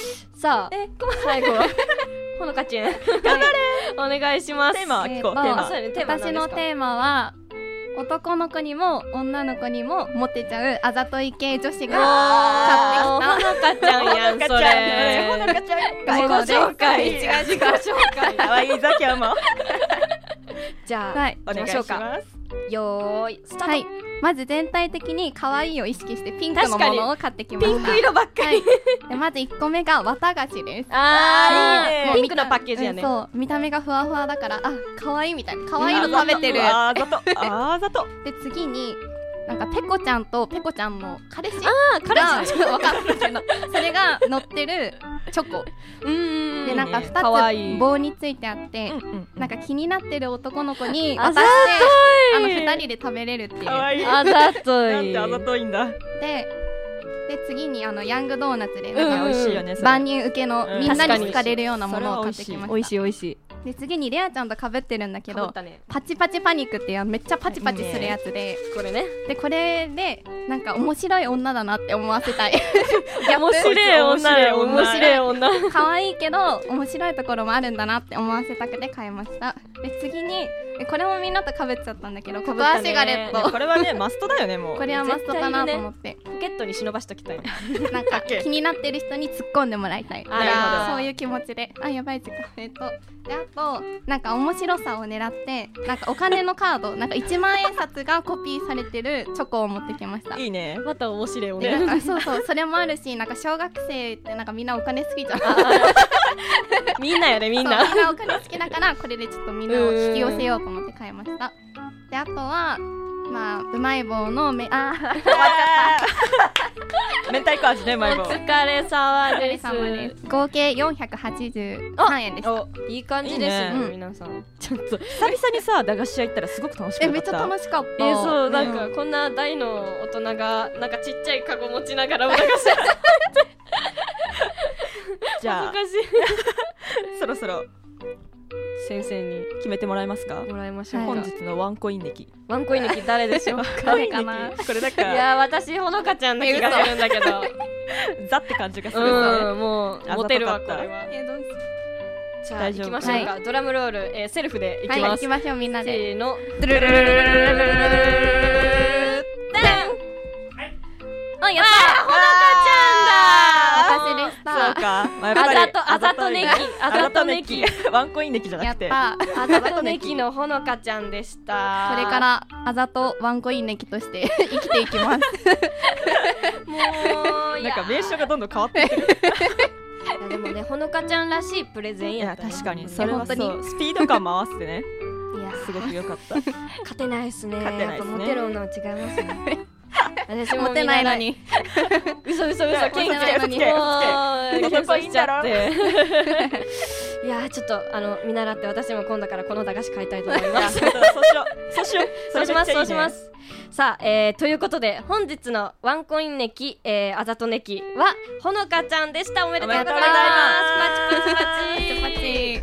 S1: さあ
S3: え
S1: 最後 [LAUGHS] ほのかちん頑張れお願いします
S3: ーマは聞こう
S2: えー
S3: テー
S2: ま
S3: マ
S1: あそうやねテーマ
S2: 私のテーマは男の子にも女の子にもモテちゃうあざとい系女子が
S1: マ
S2: マ
S1: ほのかちゃんやんそ
S3: ほの
S1: れ
S3: かちゃん
S2: ほのかちゃん
S1: 自己紹介
S3: ほのかち
S1: 違
S3: ゃ
S1: う自己紹介
S3: かわいいぞ今日も
S1: じゃ
S2: は
S1: あ
S2: い
S3: お願い
S1: 行きま
S3: し
S1: しょうか
S3: ます
S1: よーいスタ
S2: は
S1: ー
S2: いまず全体的に可愛いを意識してピンクの
S1: 確か
S2: も
S1: に
S2: のを買ってき
S1: ト
S2: まし
S1: ピ
S2: た
S1: ンク色ばっか
S2: は
S1: り
S2: いでまず1個目が綿菓子です
S1: あー
S3: いいね
S1: もうピンクのパッケージやね
S2: うんそう見た目がふわふわだからあ可愛いみたいな可愛いの食べてる
S3: あーざとあーざと
S2: で次になんかペコちゃんとペコちゃんの彼氏
S1: あ
S2: 彼氏ちょっと [LAUGHS] わかんないけどそれが乗ってるチョコ
S1: うんうん
S2: でなんか
S1: かわい
S2: 2
S1: い
S2: つ棒についてあって
S3: うん
S2: なんか気になってる男の子に
S1: あ
S2: 渡してあの
S1: い
S2: 2人で食べれるっていう
S3: かわいい
S1: あざと
S3: なん
S1: い
S3: てあざといんだ
S2: でで次にあのヤングドーナツで
S1: うん
S2: なんか
S3: 美味しいよねそれ
S2: 万人受けの
S3: うん
S2: みんなに好かれるようなものを買ってきま
S1: 美味
S2: し
S1: しい美味しい
S2: で次にレアちゃんとかぶってるんだけ
S1: かぶ
S2: ど
S1: ったね
S2: パチパチパニックっていうめっちゃパチパチするやつで、
S1: これね
S2: でこれでなんか面白い女だなって思わ
S1: [LAUGHS]
S2: せたいいや
S1: 面白い女だよ面
S2: 面白
S1: 白い
S2: い
S1: 女
S2: 可愛いけど面白いところもあるんだなって思わせたくて買いましたで次にえこれもみんなとかぶっちゃったんだけどココアシガレ
S1: [LAUGHS]
S2: ッ
S1: 被
S2: ト
S3: これはねマストだよねもう
S2: これはマストかなと思って、
S1: ポケットに忍ばしときたい
S2: なんか
S3: OK
S2: 気になってる人に突っ込んでもらいたい
S1: あら
S2: そういう気持ちであやばい時間えっとであとなんか面白さを狙ってなんかお金のカードなんか1万円札がコピーされてるチョコを持ってきました
S3: いいね
S1: また面白い
S2: で
S1: 女
S2: なんかそうそうそれもあるしなんか小学生ってなんかみんなお金好きじ
S1: [LAUGHS]
S2: ゃん
S1: みんなよねみん
S2: そ
S1: な
S2: うみんなお金好きだからこれでちょっとみんなを引き寄せようと思って買いましたであとはまあうまい棒のめあー
S3: 明太子味ね
S1: お
S3: マイボー
S1: 疲れ様
S2: お疲れ
S1: です
S2: 様です合計483円でした
S1: おいい感じですね
S3: い
S2: いね
S1: 皆さんちょっと
S3: 久々にさ駄菓子屋行ったらすごく楽しく
S2: え
S3: なか
S2: め
S3: っ
S2: っちゃ
S3: た
S2: 楽しかった
S1: えそうなん
S2: う
S1: かこんな大の大人がなんかちっちゃいカゴ持ちながらお腹して
S3: じゃあ
S1: 恥ずかし
S3: そろそろ
S1: い先生に
S3: 決めてもらえますか
S1: もらいましょうか、
S3: 本日のワンコイン歴
S1: ワンコイン抜き誰でしょうか
S2: 誰かな
S3: これだ
S1: い
S3: から
S1: や私ほのかちゃんな気がするんだけど
S3: ザって感じがするね
S1: うんもうモテるわこれは
S2: えどうしよ
S1: じゃあ
S3: 大丈
S1: 行き
S3: 夫
S1: ましょうか、ドラムロール、えー、セルフで
S2: う
S1: いき
S2: はい
S1: ま
S2: 行
S1: す、
S2: きましょうみんなで
S1: せーの
S2: あやっ
S1: あ
S2: た私でした
S3: そうか、まあ、やっ
S1: あ
S3: ぱり
S1: ざとあざとネギあざとネギ
S3: あざとネギワンコインネキじゃな
S2: やっ
S3: くて
S2: たこ
S1: あざとネギのほのかちゃんでした
S2: れからあざとワンコインネキとして [LAUGHS] 生きていきます
S1: もうい
S3: な
S1: や
S3: んか名称がどんどん変わって
S1: い
S3: る
S1: やでもねほのかちゃんらしいプレゼン [LAUGHS]
S3: い
S1: や
S3: や
S1: ったね
S3: 確かにそれはそ
S2: いや本
S3: うスピード感も合わせて
S1: [LAUGHS] い
S3: ね
S1: や
S3: すごく良か
S1: [LAUGHS]
S3: った
S1: 勝てないっすね
S3: 勝てないっすね
S1: やっぱモテる女は違いますね私も
S2: モテないの
S1: [LAUGHS]
S2: に
S1: 嘘嘘嘘
S3: 嘘
S1: 謙
S2: 謙虚
S1: 虚
S2: 嘘つ
S1: に
S2: け
S1: もう謙
S3: 嘘つけ
S1: 虚しちゃっていやーちょっとあの見習って私も今度からこの駄菓子買いたいと思い
S3: い
S1: ま
S3: や
S1: す
S3: [LAUGHS] そうしようそうしよう
S1: そうします、
S3: れ
S1: そ
S3: め
S1: うし
S3: っちゃいいね
S1: ます。さあ、えーということで、本日のワンコインネキ、えーあざとネキは、ほのかちゃんでした。おめでとうございます。
S3: おめでとうございます
S1: パチパチパチ。
S2: チ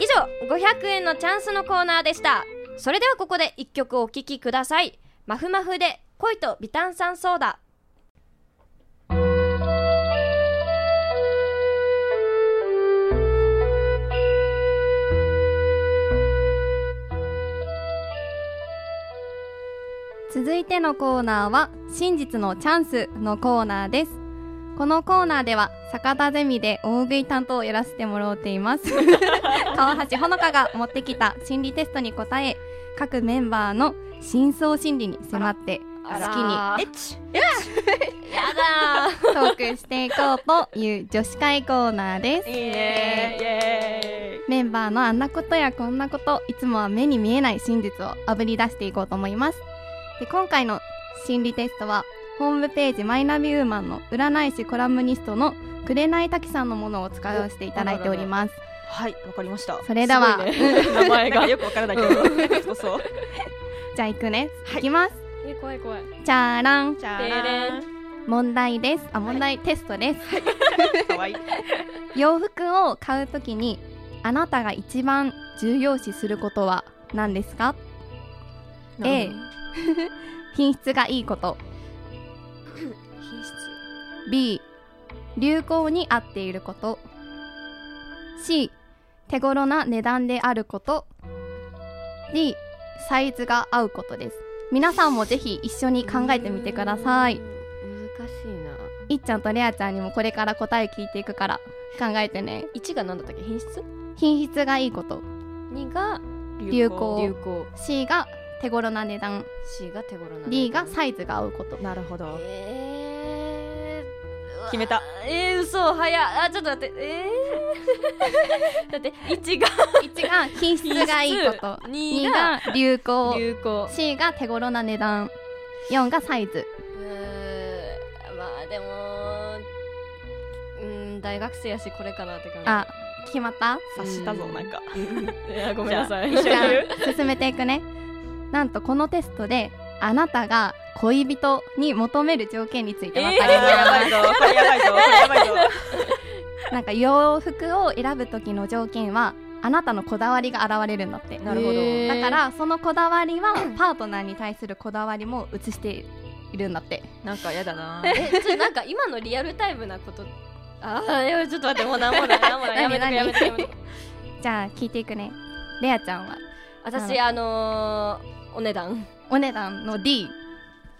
S1: 以上、500円のチャンスのコーナーでした。それではここで一曲お聴きください。まふまふで、恋とビタン酸ソーダ。
S2: 続いてのコーナーは真実のチャンスのコーナーですこのコーナーでは坂田ゼミで大食い担当をやらせてもらっています [LAUGHS] 川橋ほのかが持ってきた心理テストに答え各メンバーの真相心理に迫って好きに
S1: に。
S3: えっち
S1: やだ
S2: トークしていこうという女子会コーナーです
S1: ー。
S3: いいねイエ
S2: メンバーのあんなことやこんなこといつもは目に見えない真実をあぶり出していこうと思いますで今回の心理テストはホームページマイナビウーマンの占い師コラムニストの紅滝さんのものを使わせていただいております
S3: ーイはいわかりました
S2: それで
S1: す
S2: は、
S1: ごいね
S3: 名前がよくわからないけど
S1: [LAUGHS]
S3: そうそう
S2: じゃあ行くね、行きます
S1: え、怖い怖い。
S2: じゃーらん
S3: じゃ
S1: てれん
S2: 問題ですあ問題、テストです
S3: かわいい
S2: 洋服を買うときにあなたが一番重要視することは何ですか A 品質がいいこと
S1: 品質。
S2: B 流行に合っていること C 手頃な値段であること D サイズが合うことです皆さんもぜひ一緒に考えてみてください
S1: ー
S2: う
S1: ん。難しいな。
S2: いっちゃんとレアちゃんにもこれから答え聞いていくから考えてね
S1: 1が何だったっけ品質
S2: 品質がいいこと
S1: ?2 が
S2: 流行
S1: 流行。
S2: C が手頃な値段
S1: C が手頃な
S2: D がサイズが合うこと
S3: なるほど
S1: えー
S3: 決めた
S1: うわえー、嘘早っあちょっと待ってえー、 [LAUGHS] だって1が
S2: 1が品質がいいこと
S1: 品質
S2: 2が流行
S1: 流行
S2: C が手頃な値段4がサイズ
S1: うーまあでもうーん大学生やしこれかなって感じ
S2: あ決まった
S3: 察したぞなんか
S1: いやごめんなさい [LAUGHS]
S3: じゃあ一緒
S2: じゃ
S3: に言う
S2: あ進めていくねなんとこのテストであなたが恋人に求める条件について分か
S3: これ
S2: り
S3: や
S2: ま
S3: ばいぞこれやばいぞこれやばいぞ
S2: すなんか洋服を選ぶ時の条件はあなたのこだわりが現れるんだって
S3: なるほど
S1: へー
S2: だからそのこだわりはパートナーに対するこだわりも映しているんだって
S3: なんかやだな
S1: えちょなんか今のリアルタイムなことああいやちょっと待ってもう何もない [LAUGHS] 何もないやめとくやめ
S2: 何
S1: とくやめとく
S2: じゃあ聞いていくねレアちゃんは
S1: 私あのー、お値段
S2: お値段の D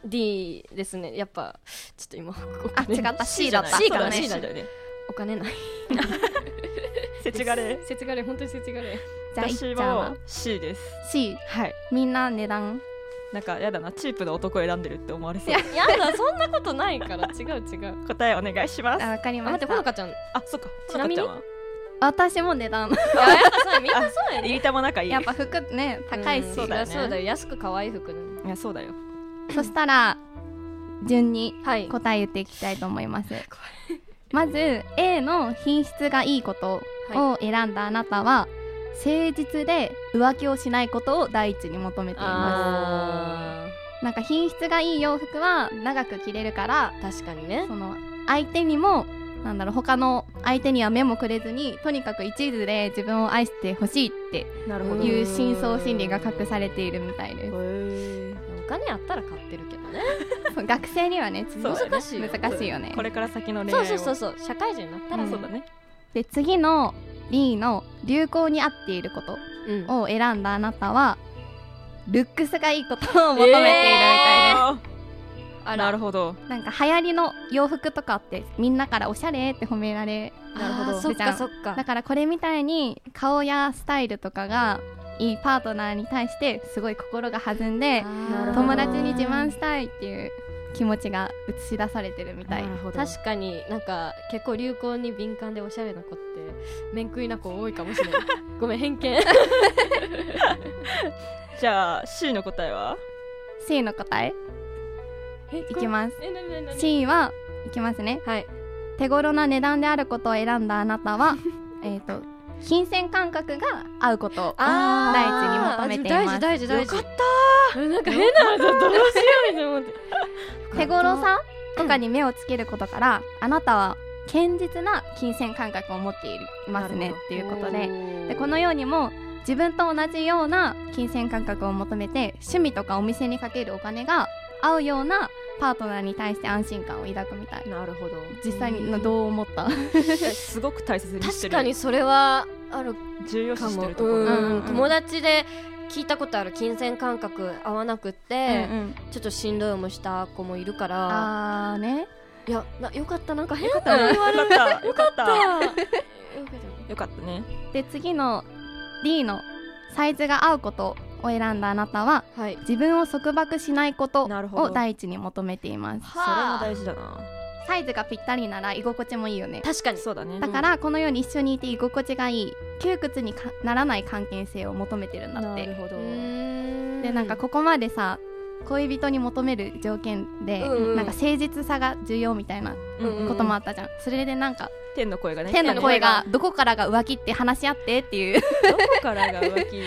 S1: D ですねやっぱちょっと今お
S2: あ
S1: 金
S2: 違った C
S3: じ
S2: だ
S3: ゃ
S2: っ
S3: ない
S2: た
S1: C
S3: そうだね
S1: か
S3: C だよね
S1: お金ない
S3: せちがれ
S1: せちがれ本当にせちがれ
S2: じゃあいっ
S3: 私
S2: ちゃんは
S3: は C です
S2: C
S3: はい
S2: みんな値段
S3: なんかやだなチープの男選んでるって思われそう
S1: ややだそんなことないから違う違う
S3: 答えお願いします
S2: あわかり
S1: あ
S2: ま
S1: 待っ
S2: してた
S1: ほのかちゃんい
S3: あそっか
S1: ちなみに
S3: ほのか
S2: 私も値段
S1: ややっぱそうみんなそうや
S3: ちゃんは
S1: ね
S3: いりたも仲いい
S2: やっぱ服ね高いし、
S1: うん
S3: そ
S1: そううだ
S3: だ
S1: よ
S3: よね
S1: そうだよ安く可愛い服ね
S3: いやそうだよ
S2: そしたら順に
S1: はい
S2: 答え言っていきたいと思いますまず A の品質がいいことを選んだあなたは、誠実で浮気をしないことを第一に求めていま
S1: あ
S2: すなんか品質がいい洋服は長く着れるから
S1: ー確かにね
S2: その相手にもなんだろう他の相手には目もくれずにとにかく一途で自分を愛してほしいって
S3: なる
S1: ほど
S2: いう深層心理が隠されているみたい
S3: [LAUGHS]
S2: です
S1: お金あったら買ってるけどね
S2: そう学生にはね
S3: そうだね
S1: 難しいよ
S2: 難しいよね
S3: これから先の恋
S1: そ
S3: 愛
S1: うそうそう
S3: そ
S1: そう社会人になったら
S2: ん
S1: そ
S3: そうう
S1: だ
S3: だ
S1: ね
S3: ね
S2: で次の B の流行に合っていること
S1: うん
S2: を選んだあなたはルックスがいいことを求めているみたいで
S3: あ
S1: あら
S3: ーなるほど
S2: す、なんか流行りの洋服とかってみんなからおしゃれって褒められ
S1: なるほど
S2: そっかそ
S1: っか
S2: だからこれみたいに顔やスタイルとかがいいパートナーに対してすごい心が弾んで
S3: なるほど
S2: 友達に自慢したいっていう気持ちが映し出されてるみたい
S1: 確かになんか結構流行に敏感でおしゃれな子って面食いな子多いかもしれないごめん偏見
S3: じゃあ C の答えは
S2: C の答え
S1: え
S2: [LAUGHS] いきます
S1: えなになになに
S2: C はいきますね
S1: はい
S2: 手頃な値段であることを選んだあな
S1: [LAUGHS]
S2: たはえっと金銭感覚が合うこと
S1: あー
S2: 第一に求めています
S1: 大事大事大事
S3: よ
S1: かったなんか変なのどうしようみたいな思って
S2: 手頃さとかに目をつけることから、あなたは堅実な金銭感覚を持っていますねっていうことででこのようにも自分と同じような金銭感覚を求めて趣味とかお店にかけるお金が合うようなパートナーに対して安心感を抱くみたい
S3: なるほど
S2: 実際にのどう思った
S3: [LAUGHS] すごく大切にして
S1: 確
S3: る
S1: かにそれはある
S3: 重要視
S1: か
S3: し
S1: も
S3: て
S1: う
S3: るところ
S2: だ
S1: ん
S2: うん
S1: 友達で聞いたことある金銭感覚合わなくって、
S2: うんうん
S1: ちょっとしんどい思いした子もいるから
S2: あーね
S1: いやなよかったなんか変なの言われ
S3: よかったよかったた
S1: よかった
S3: よかったね
S2: で次の D のサイズが合うことを選んだあなたは
S1: [LAUGHS] はい
S2: 自分を束縛しないこと
S3: なるほ
S2: を
S3: ど
S2: 第一に求めています
S3: それも大事だな
S2: サイズがぴったりなら居心地もいいよね
S1: 確かに
S3: そうだね
S2: だからこのように一緒にいて居心地がいい窮屈にかならない関係性を求めてるんだっ
S3: なる
S2: て
S3: ほど
S1: で
S2: でなんかここまでさ恋人に求める条件で、
S1: うんうん
S2: なんか誠実さが重要みたいな
S3: うんうん
S2: こともあったじゃん、それでなんか
S3: 天の声がね
S2: 天の声が
S1: 天
S2: どこからが浮気って話し合ってっていう
S3: どこから
S2: [LAUGHS]
S3: が浮気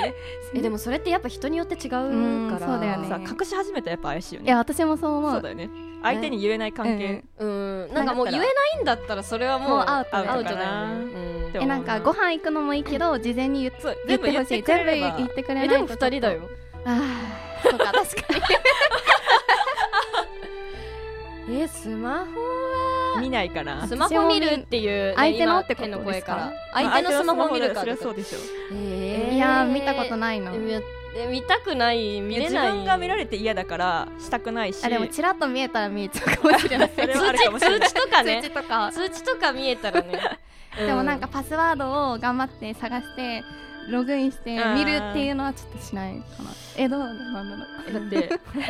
S1: えでもそれってやっぱ人によって違うから
S2: うんそうだよね
S3: さ隠し始めたらやっぱ怪しいよ
S2: い
S3: ね
S2: や私もそう思
S3: そう
S2: う
S3: だよね相手に言えない関
S2: うん
S3: 係
S1: うんなんかもう言えないんだったらそれはもう
S2: もうアウト
S3: だよ
S1: アウトだよね
S3: でも
S2: えなんかご飯行くのもいいけど事前に言っ
S3: そう
S2: 言
S3: 全
S2: っ
S3: 部
S2: て
S3: 言
S2: ほ
S3: っ
S2: しい
S3: てくれ
S2: 全部
S3: れば
S2: 言ってくれな
S1: え
S2: いと
S1: でも二人だよ
S2: あーそうか確かに
S1: えスマ
S3: 見ないから
S1: スマホ見るっていう
S2: 相手の
S1: 今
S2: ってこと
S1: 手の声から
S3: まあ
S1: 相手のスマホ見るか
S3: 相手
S1: ら
S3: のスマホでそれはそうでしょ
S2: いやー見たこと
S1: ない
S2: ないの
S1: 見たくない見れ
S3: 自
S1: ない
S3: 分が見られて嫌だからしたくないし
S2: あでもちらっと見えたら見えちゃうかもしれない
S3: それは
S1: 通
S3: あるかも
S1: 知
S3: しれ
S1: 通
S3: ない
S1: 知とかね
S2: [LAUGHS] 通知とか
S1: 通知とか見えたらね
S2: でもなんかパスワードを頑張って探してログインして見るっていうのはちょっとしないかなえどうなんだろう
S3: だ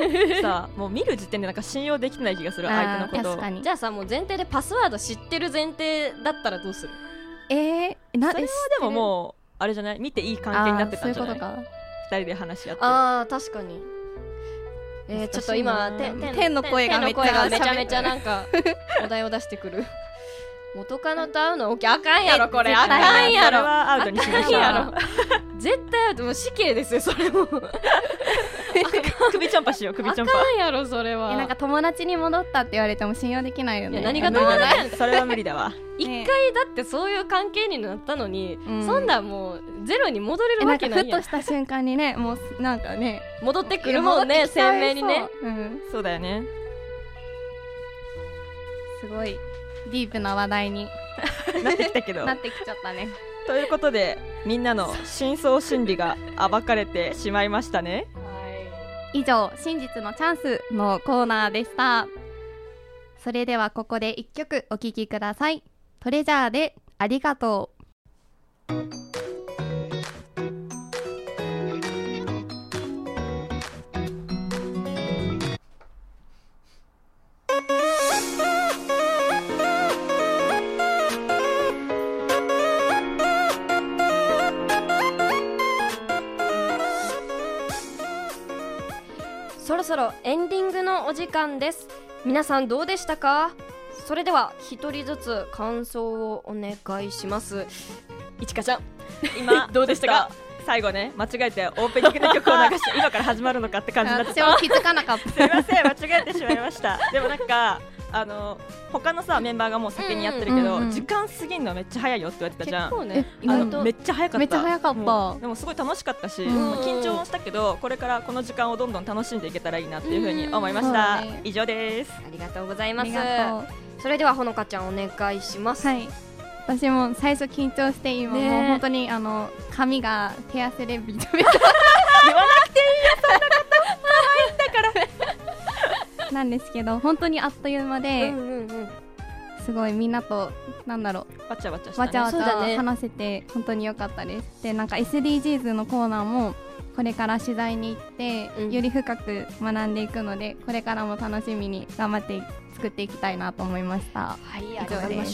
S2: [LAUGHS]
S3: ってさもう見る時点でなんか信用できてない気がする相手のこ
S2: 確
S3: と
S2: か
S1: うん
S2: に
S1: じゃあさもう前提でパスワード知ってる前提だったらどうする
S2: えー、な
S3: それはでももうあれじゃない見ていい
S2: う
S3: 関係になってたんじゃない
S2: そういうこ
S3: 二人で話し合って
S1: あー確かにえー、ちょっと今
S3: 難しい
S1: て
S3: な
S2: 天の声が
S1: 天の
S2: めっちゃ
S1: 声がめちゃめちゃなん [LAUGHS] かお題を出してくる元カノと会うの OK あかんやろこれ
S2: え
S1: あ
S2: 絶対
S1: かんや
S3: それ
S1: ろ
S3: はアウトにしましょう
S1: あかんやろ絶対アウトもう死刑ですよそれも
S3: 首ちゃんぱしよう首ちゃんぱ
S4: なんやろそれは
S2: えなんか友達に戻ったって言われても信用できないよね
S1: いや何が
S2: どう
S1: 友達
S3: それは無理だわ
S1: 一回
S2: ね
S1: だってそういう関係になったのに、
S2: うん
S1: そんなんもうゼロに戻れ
S2: え
S1: る
S2: な
S1: わ
S2: んか
S1: け
S2: ふ
S1: な
S2: っ
S1: いや
S2: と
S1: ん
S2: した瞬間にねもうなんかね
S1: 戻ってくるもんね鮮明にね、
S2: そううん、
S3: そうだよね
S2: すごいディープな話題に
S3: なってきたけど
S2: なってきちゃったね
S3: ということでみんなの真相心理が暴かれてしまいましたね
S2: 以上真実のチャンスのコーナーでしたそれではここで一曲お聴きくださいトレジャーでありがとう
S1: そろそろエンディングのお時間です皆さんどうでしたかそれでは一人ずつ感想をお願いしますいちかちゃん
S3: [LAUGHS] 今
S1: どうでしたか
S3: ちょっと最後ね間違えてオープニングの曲を
S2: [LAUGHS]
S3: 流して今から始まるのかって感じになっちゃっ
S2: 私は
S3: た
S2: 気づかな
S1: [LAUGHS]
S2: かった
S3: すいません間違えてしまいましたでもなんかあの他のさメンバーがもう先にやってるけど、
S2: うんうん
S3: 時間過ぎるのめっちゃ早いよって言われてたじゃん
S1: 構ね
S2: え
S3: あ
S2: 意外
S3: の
S2: と
S3: めっちゃ早かった
S2: めっちゃ早かった
S3: もうでもすごい楽しかったし、
S2: うん
S3: まあ緊張もしたけどこれからこの時間をどんどん楽しんでいけたらいいなっていうふうに思いまし
S2: う
S3: た、
S2: んそうだね
S3: 以上です
S1: ありがとうござい
S2: あ
S1: ます
S2: りがと
S1: それではほのかちゃんお願いします
S2: うはい私も最初緊張して今
S1: ねえ
S2: もう本当にあの髪が手汗でびちょびちょ
S3: 言わなくて
S2: [LAUGHS] なんですけど本当にあっという間
S1: うん
S2: で、
S1: うんうん
S2: すごいみんなとなんだろう
S3: わちゃわちゃした、
S2: わ
S3: ね、
S2: ちゃわち
S1: そう
S2: ゃ
S1: だね
S2: 話せて本当に良かったです。でなんか SDGs のコーナーもこれから取材に行って、
S1: うん
S2: より深く学んでいくのでこれからも楽しみに頑張って作っていきたいなと思いました。
S1: はい、
S2: ありがとうござい
S1: ます。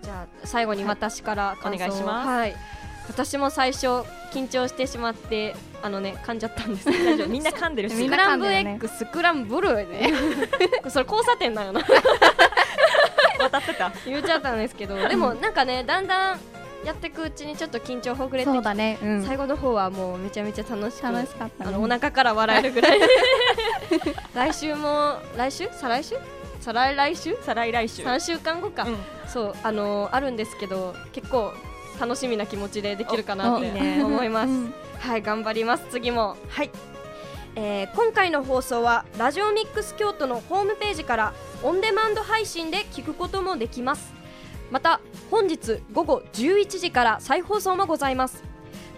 S1: じゃあ最後に私から感想を、
S3: はいお願いします
S1: はい、私も最初緊張してしまってあのね噛んじゃったんです。
S3: 大丈夫みんな噛んでるし
S2: [LAUGHS] み
S1: ス
S2: ん
S1: ク
S2: な
S1: ラン
S2: 噛ん
S1: ブ
S2: だ
S1: ルエ
S2: よね
S1: ッグ、スクランブルエ
S2: [LAUGHS]
S1: ね。それ交差点なんよな。
S3: 渡ってた
S1: 言っちゃったんですけど、でもなんかねだんだんやっていくうちにちょっと緊張ほぐれて
S2: そう
S1: きて、
S2: だね、うん
S1: 最後の方はもうめちゃめちゃ楽しく。
S2: 楽しかった、
S1: あ
S2: ね。
S1: のお腹から笑えるぐ
S2: [LAUGHS]
S1: らい来週も来週再来週再来来週
S3: 再来来週
S1: 3週間後か、
S3: うん
S1: そうあのーあるんですけど結構楽しみな気持ちでできるかなっ
S2: お
S1: て
S2: いい
S3: ね
S1: 思います、
S2: うん
S1: はい頑張ります次も、
S3: はい
S1: えー今回の放送はラジオミックス京都のホームページからオンデマンド配信で聞くこともできますまた本日午後11時から再放送もございます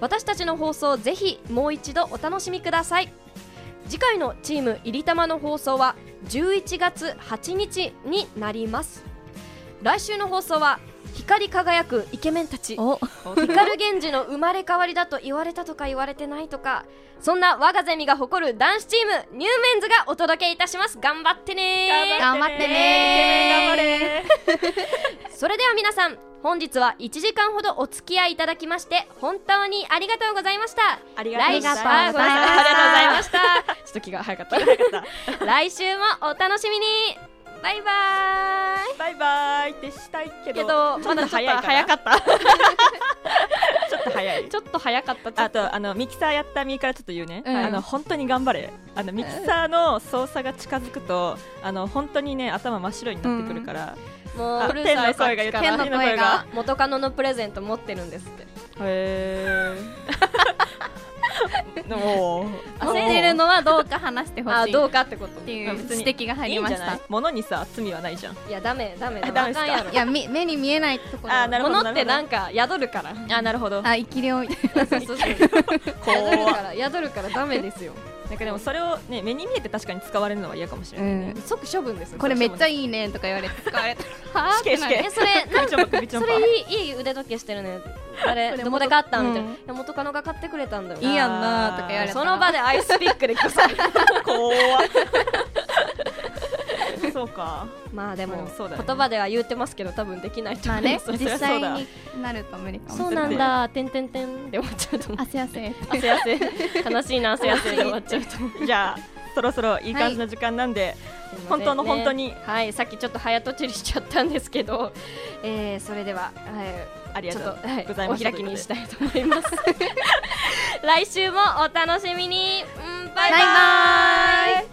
S1: 私たちの放送ぜひもう一度お楽しみください次回のチームいりたまの放送は11月8日になります来週の放送は光り輝くイケメンたち
S2: お
S1: 光源氏の生まれ変わりだと言われたとか言われてないとかそんな我がゼミが誇る男子チームニューメンズがお届けいたします頑張ってね
S2: 頑張ってね
S3: イケメン頑張れ
S1: それでは皆さん本日は1時間ほどお付き合いいただきまして本当にありがとうございました
S3: ありがとう
S1: 来
S3: ご
S1: 週
S3: ざ
S1: あ
S3: いました
S1: ごめんなさいありがとうございました
S3: ちょっと気が早かった気が早かっ
S1: 来週もお楽しみにバイバーイ
S3: たバイバイってしたいけ
S1: け
S3: ど
S1: どまだちょっと
S3: 早いかな
S1: 早かった
S3: [LAUGHS] ちょっと早い
S1: ちょっと早かったちょ
S3: あ
S1: っと
S3: とあのミキサーやった身からちょっと言うね、
S2: うん
S3: あの本当に頑張れあのミキサーの操作が近づくとあの本当にね頭真っ白になってくるから、
S1: もう
S3: あ
S1: うるさい
S3: 天の声が言っ
S1: さっき
S3: た
S1: から
S2: 天の声が
S1: 元カノのプレゼント持ってるんですって
S3: へえもう
S2: 焦ってるのはどうか話してほしい。
S1: あど
S2: っ
S1: うかってこと
S2: て
S1: い
S2: いう指摘が入
S3: いい
S2: り
S3: ん
S2: ま
S3: じ
S2: し
S3: ゃな
S2: た。
S3: い物にさ罪はないじゃん
S1: やダメダメ
S3: あ
S1: ダ
S3: ダ
S1: メ
S3: メ
S1: あか
S3: ですか
S1: んやろ
S2: いやみ目に見えないところ。
S3: あなるほど
S1: 物ってなんか宿るから
S3: あなるほど
S2: あ生き量みたいな。
S1: そう [LAUGHS] そうそう
S3: こ
S1: 宿るか
S3: う
S1: ら宿るからダメですよ
S3: なんかでもそれをね目に見えて確かに使われるのは嫌かもしれ
S2: う
S3: ない、
S2: ん。
S1: 即処分ですよ
S2: これめっちゃいいねとか言われて使われたら。はあっ
S3: [LAUGHS] 死刑
S2: て
S3: 死
S2: な
S3: 刑
S2: る。
S1: えそれ [LAUGHS] なん
S3: 首ちょんぱ首ちょん
S1: そ
S3: ぱ
S1: れいいいい腕時計してるね誰
S2: これ元
S1: どこで買ったんみたい
S2: うん
S1: ないや元カノが買ってくれたんだよ
S2: いいやんなとか言われたら。
S1: その場でアイスピックでくさ
S3: 怖っそうか
S1: [LAUGHS] まあで
S3: ま
S1: も
S3: あそうだね、
S1: 言葉では言ってますけど多分できないと思
S2: まあ
S1: う [LAUGHS]
S2: ね
S3: そりゃ
S2: 実
S3: そうだ
S2: 際になると無理かもしれ
S1: そうなんだてんてんてんで終わっちゃうと思う
S2: [LAUGHS] 汗汗。
S1: 汗汗悲しいな汗汗で終わっちゃうと思う
S3: じゃあそろそろいい感じの時間なんで、本当の本当に
S1: はいさっきちょっと早とちりしちゃったんですけど、えー、それでは、はい、
S3: ありが
S1: ちょっ
S3: と
S1: と、は
S3: う
S1: い
S3: ござい
S1: お
S3: ました [LAUGHS]
S1: 開きにしたいと思います来週もお楽しみに、うん、バイバ
S2: バイバ
S1: バイバイ
S2: イ